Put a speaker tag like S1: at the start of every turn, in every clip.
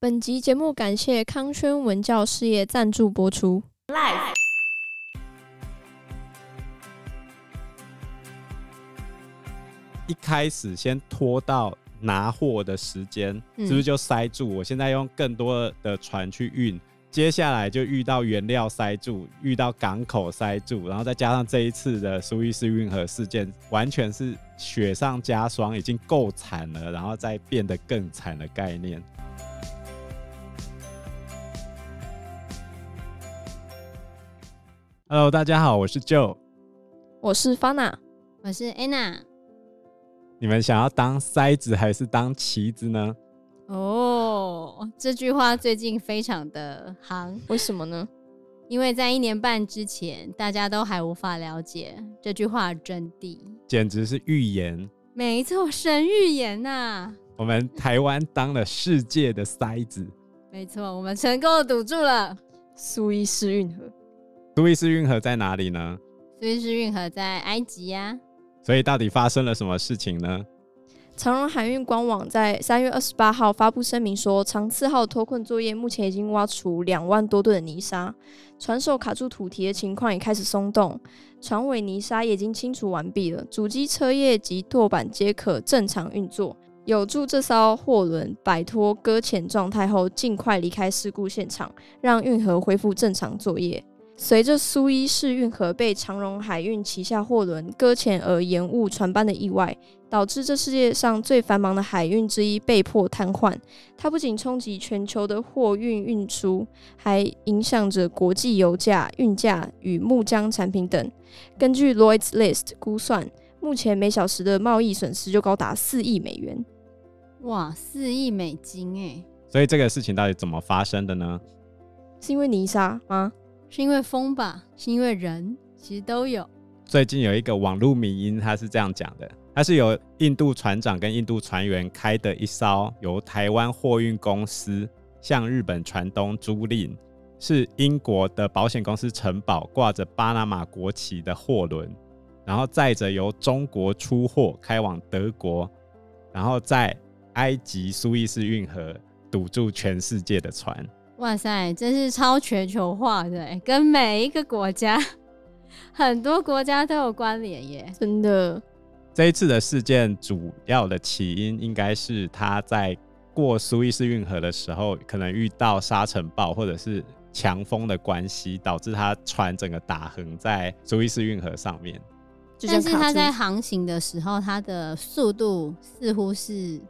S1: 本集节目感谢康轩文教事业赞助播出。
S2: Life，
S3: 一开始先拖到拿货的时间，
S1: 嗯
S3: 是不是就塞住？我现在用更多的船去运，接下来就遇到原料塞住，遇到港口塞住，然后再加上这一次的苏伊士运河事件，完全是雪上加霜，已经够惨了，然后再变得更惨的概念。Hello，大家好，我是 Joe。
S1: 我是 Fana，
S4: 我是 Anna。
S3: 你们想要当塞子还是当棋子呢？
S4: 哦，这句话最近非常的夯，
S1: 为什么呢？
S4: 因为在一年半之前，大家都还无法了解这句话的真谛。
S3: 简直是预言。
S4: 没错，神预言呐、
S3: 我们台湾当了世界的塞子，
S4: 没错，我们成功的堵住了
S1: 苏伊士运河，
S3: 苏伊士运河在哪里呢？
S4: 苏伊士运河在埃及呀、
S3: 所以到底发生了什么事情呢？
S1: 长荣海运官网在三月二十八号发布声明说，长次号脱困作业目前已经挖除两万多吨的泥沙，船首卡住土堤的情况也开始松动，船尾泥沙也已经清除完毕了，主机车叶及舵板皆可正常运作，有助这艘货轮摆脱搁浅状态后，尽快离开事故现场，让运河恢复正常作业。随着苏伊士运河被长荣海运旗下货轮搁浅而延误船班的意外，导致这世界上最繁忙的海运之一被迫瘫痪。它不仅冲击全球的货运运输，还影响着国际油价、运价与木浆产品等。根据 Lloyd's List 估算，目前每小时的贸易损失就高达四亿美元。
S4: 哇，四亿美金哎、
S3: 所以这个事情到底怎么发生的呢？
S1: 是因为泥沙吗？
S4: 是因为风吧？是因为人？其实都有。
S3: 最近有一个网络迷因，它是这样讲的：它是由印度船长跟印度船员开的一艘由台湾货运公司向日本船东租赁，是英国的保险公司承保挂着巴拿马国旗的货轮，然后载着由中国出货开往德国，然后在埃及苏伊士运河堵住全世界的船。
S4: 哇塞，真是超全球化的、欸，跟每一个国家、 很多国家都有关联耶。
S1: 真的，
S3: 这一次的事件主要的起因应该是他在过苏伊士运河的时候，可能遇到沙尘暴或者是强风的关系，导致他船整个打横在苏伊士运河上面。
S1: 就这
S4: 但
S1: 样
S4: 是
S1: 卡
S4: 它
S1: 住
S4: 在航行的时候，它的速度似乎是、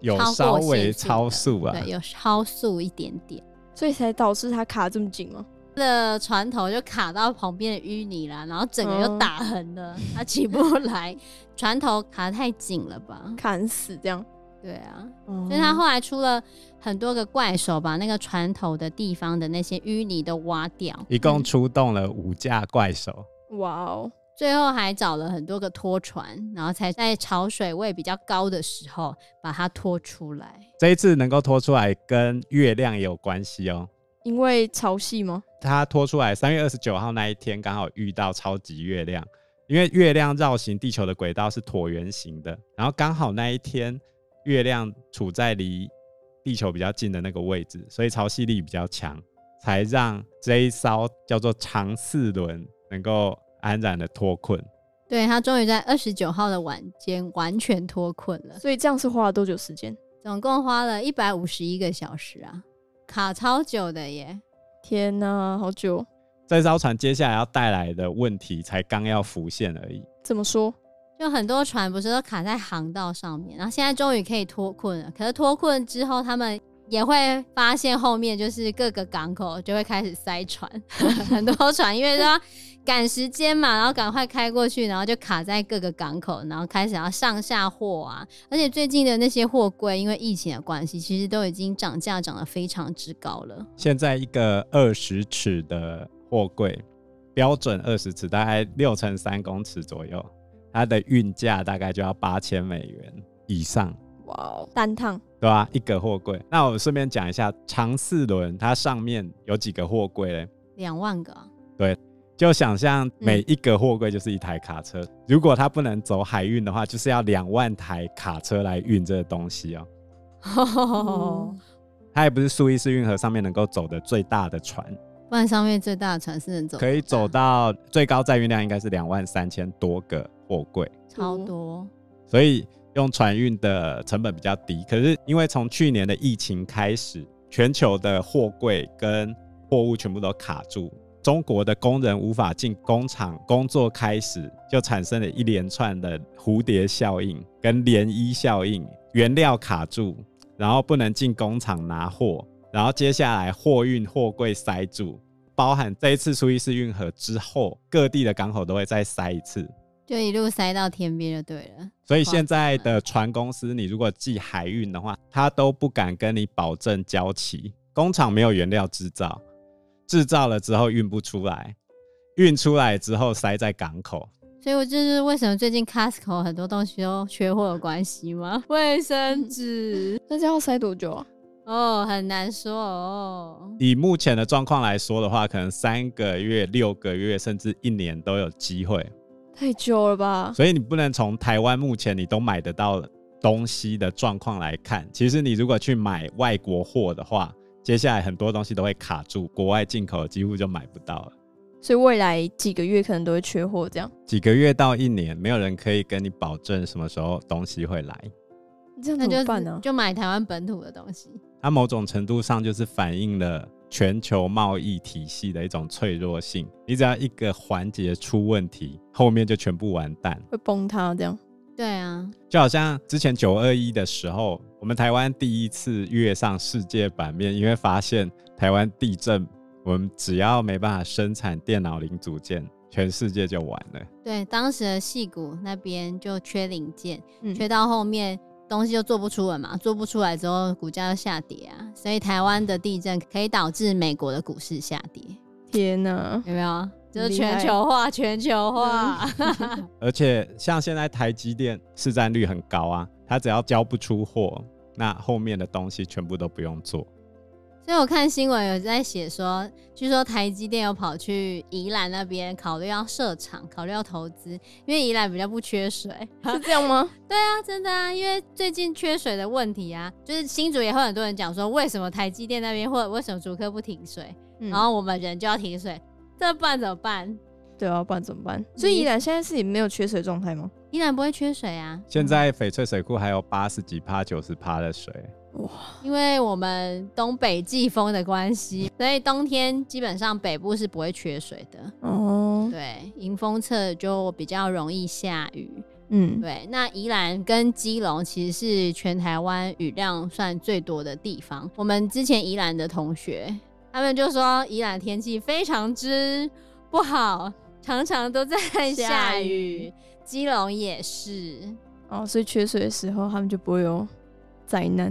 S3: 有
S4: 超过
S3: 稍微
S4: 限速的
S3: 超速啊，
S4: 对有超速一点点，
S1: 所以才导致它卡这么紧 吗？
S4: 它的船头就卡到旁边的淤泥啦，然后整个
S1: 哦
S4: 又打横了，它起 不来，船头卡得太紧了吧？
S1: 卡很死这样，
S4: 对啊，
S1: 所
S4: 所以它后来出了很多个怪手，把那个船头的地方的那些淤泥都挖掉，嗯
S3: 一共出动了五架怪手。
S1: 哇哦，
S4: 最后还找了很多个拖船，然后才在潮水位比较高的时候把它拖出来。
S3: 这一次能够拖出来，跟月亮也有关系哦。
S1: 因为潮汐吗？
S3: 它拖出来，三月二十九号那一天刚好遇到超级月亮，因为月亮绕行地球的轨道是椭圆形的，然后刚好那一天月亮处在离地球比较近的那个位置，所以潮汐力比较强，才让这一艘叫做长四轮能够安然的脱困。
S4: 对他终于在二十九号的晚间完全脱困了，
S1: 所以这样是花了多久时间？
S4: 总共花了一百五十一个小时啊，卡超久的耶。
S1: 天哪、好久！
S3: 这艘船接下来要带来的问题才刚要浮现而已。
S1: 怎么说？
S4: 就很多船不是都卡在航道上面，然后现在终于可以脱困了。可是脱困之后，他们也会发现后面就是各个港口就会开始塞船， 很多船因为都要赶时间嘛，然后赶快开过去，然后就卡在各个港口，然后开始要上下货啊。而且最近的那些货柜，因为疫情的关系，其实都已经涨价涨得非常之高了。
S3: 现在一个二十尺的货柜，标准二十尺，大概六乘三公尺左右，它的运价大概就要八千美元以上，
S1: 哇哦，单趟
S3: 对吧、一个货柜。那我顺便讲一下，长四轮它上面有几个货柜嘞？
S4: 两万个啊、
S3: 就想象每一个货柜就是一台卡车，如果它不能走海运的话，就是要两万台卡车来运这个东西哦。
S4: 嗯
S1: 哦，
S3: 它也不是苏伊士运河上面能够走的最大的船，
S4: 不然上面最大的啊船是能走，
S3: 可以走到最高载运量应该是两万三千多个货柜，
S4: 超多。
S3: 所以用船运的成本比较低。可是因为从去年的疫情开始，全球的货柜跟货物全部都卡住，中国的工人无法进工厂工作，开始就产生了一连串的蝴蝶效应跟涟漪效应，原料卡住，然后不能进工厂拿货，然后接下来货运货柜塞住。包含这一次苏伊士运河之后，各地的港口都会再塞一次，
S4: 就一路塞到天边就对了。
S3: 所以现在的船公司，你如果寄海运的话，它都不敢跟你保证交期。工厂没有原料制造，制造了之后运不出来，运出来之后塞在港口。
S4: 所以我就是为什么最近 Costco 很多东西都缺货有关系吗？卫生纸
S1: 那这要塞多久啊？
S4: 哦，很难说哦。
S3: 以目前的状况来说的话，可能三个月、六个月，甚至一年都有机会。
S1: 太久了吧？
S3: 所以你不能从台湾目前你都买得到东西的状况来看，其实你如果去买外国货的话，接下来很多东西都会卡住，国外进口几乎就买不到了。
S1: 所以未来几个月可能都会缺货，这样
S3: 几个月到一年，没有人可以跟你保证什么时候东西会来。
S1: 这样
S4: 那
S1: 怎
S4: 就
S1: 么办啊呢、
S4: 就买台湾本土的东西。
S3: 它某种程度上就是反映了全球贸易体系的一种脆弱性。你只要一个环节出问题，后面就全部完蛋。
S1: 会崩塌这样？
S4: 对啊，
S3: 就好像之前九二一的时候，我们台湾第一次跃上世界版面，因为发现台湾地震，我们只要没办法生产电脑零组件，全世界就完了。
S4: 对，当时的戏骨那边就缺零件，
S1: 嗯
S4: 缺到后面东西就做不出了嘛，做不出来之后股价就下跌啊，所以台湾的地震可以导致美国的股市下跌，
S1: 天哪、
S4: 有没有？就是
S1: 厉害
S4: 全球化，全球化。
S3: 而且像现在台积电市占率很高啊，它只要交不出货，那后面的东西全部都不用做。
S4: 所以我看新闻有在写说，据说台积电有跑去宜兰那边考虑要设厂，考虑要投资，因为宜兰比较不缺水。
S1: 是这样吗？
S4: 啊，真的啊，因为最近缺水的问题啊，就是新竹也会很多人讲说，为什么台积电那边或者为什么竹科不停水，
S1: 嗯
S4: 然后我们人就要停水，这办怎么办？
S1: 对啊，不然怎么办？所以
S4: 你
S1: 宜兰现在是也没有缺水状态吗？
S4: 依然不会缺水啊，
S3: 现在翡翠水库还有八十几趴、九十趴的水，
S4: 因为我们东北季风的关系，所以冬天基本上北部是不会缺水的。
S1: 哦，
S4: 对，迎风侧就比较容易下雨。
S1: 嗯，
S4: 对，那宜兰跟基隆其实是全台湾雨量算最多的地方。我们之前宜兰的同学，他们就说宜兰天气非常之不好，常常都在 下
S1: 下
S4: 雨
S1: 雨。
S4: 基隆也是，
S1: 哦，所以缺水的时候他们就不会有灾难，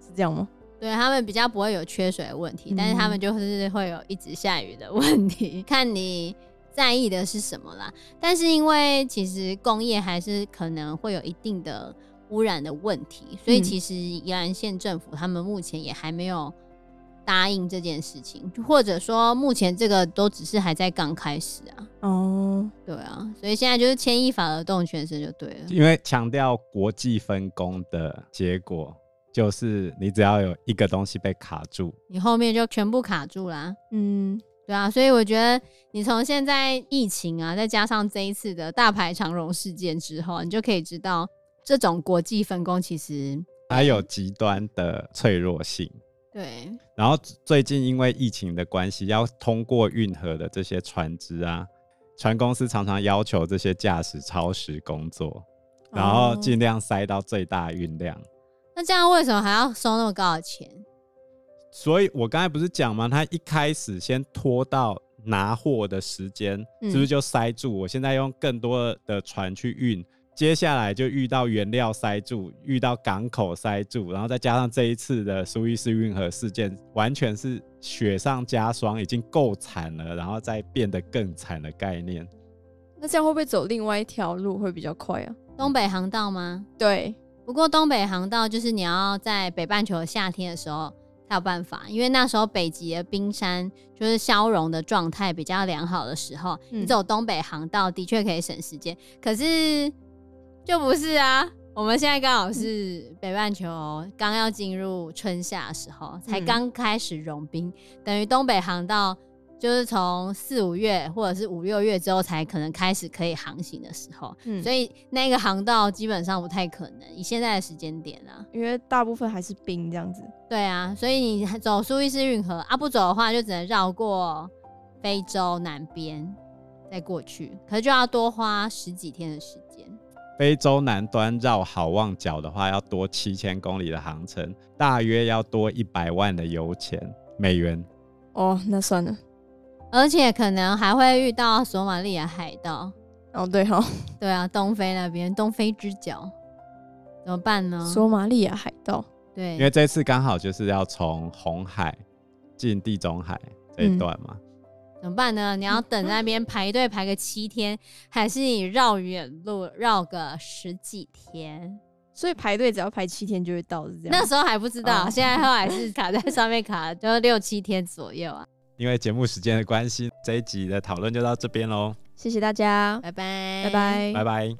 S1: 是这样吗？
S4: 对他们比较不会有缺水的问题，但是他
S1: 嗯
S4: 们就是会有一直下雨的问题， 看你在意的是什么啦。但是因为其实工业还是可能会有一定的污染的问题，所以
S1: 嗯
S4: 其实宜兰县政府他们目前也还没有答应这件事情，或者说目前这个都只是还在刚开始啊。
S1: 哦，
S4: 对啊，所以现在就是牵一发而动全身就对了。
S3: 因为强调国际分工的结果，就是你只要有一个东西被卡住，
S4: 你后面就全部卡住啦、
S1: 嗯，
S4: 对啊，所以我觉得你从现在疫情啊，再加上这一次的大排长龙事件之后，啊你就可以知道这种国际分工其实
S3: 它有极端的脆弱性。
S4: 对
S3: 然后最近因为疫情的关系，要通过运河的这些船只啊，船公司常常要求这些驾驶超时工作，然后
S1: 哦
S3: 尽量塞到最大运量。
S4: 那这样为什么还要收那么高的钱？
S3: 所以我刚才不是讲吗？他一开始先拖到拿货的时间，
S1: 嗯
S3: 是不是就塞住？我现在用更多的船去运，接下来就遇到原料塞住，遇到港口塞住，然后再加上这一次的苏伊士运河事件，完全是雪上加霜，已经够惨了，然后再变得更惨的概念。
S1: 那这样会不会走另外一条路会比较快啊？
S4: 东北航道吗？
S1: 对，
S4: 不过东北航道就是你要在北半球的夏天的时候才有办法，因为那时候北极的冰山就是消融的状态比较良好的时候，
S1: 嗯
S4: 你走东北航道的确可以省时间。可是就不是啊，我们现在刚好是北半球刚要进入春夏的时候，才刚开始融冰，等于东北航道就是从四五月或者是五六月之后才可能开始可以航行的时候，
S1: 嗯，
S4: 所
S1: 以
S4: 以那个航道基本上不太可能，以现在的时间点啊，
S1: 因为大部分还是冰这样子，
S4: 对啊，所以你走苏伊士运河啊，不走的话就只能绕过非洲南边再过去，可是就要多花十几天的时间。
S3: 非洲南端绕好望角的话，要多七千公里的航程，大约要多一百万的油钱美元。
S1: 哦，那算了，
S4: 而且可能还会遇到索马利亚海盗，
S1: 哦对哈，
S4: 对啊，东非那边东非之角怎么办呢？
S1: 索马利亚海盗，
S4: 对，
S3: 因为这次刚好就是要从红海进地中海这一段嘛，
S4: 怎么办呢？你要等那边排队排个七天，还是你绕远路绕个十几天？
S1: 所以排队只要排七天就会到，是这样。
S4: 那时候还不知道，
S1: 哦
S4: 现在后来是卡在上面卡，就六七天左右啊。
S3: 因为节目时间的关系，这一集的讨论就到这边喽，
S1: 谢谢大家，
S4: 拜拜，
S1: 拜拜
S3: 拜拜。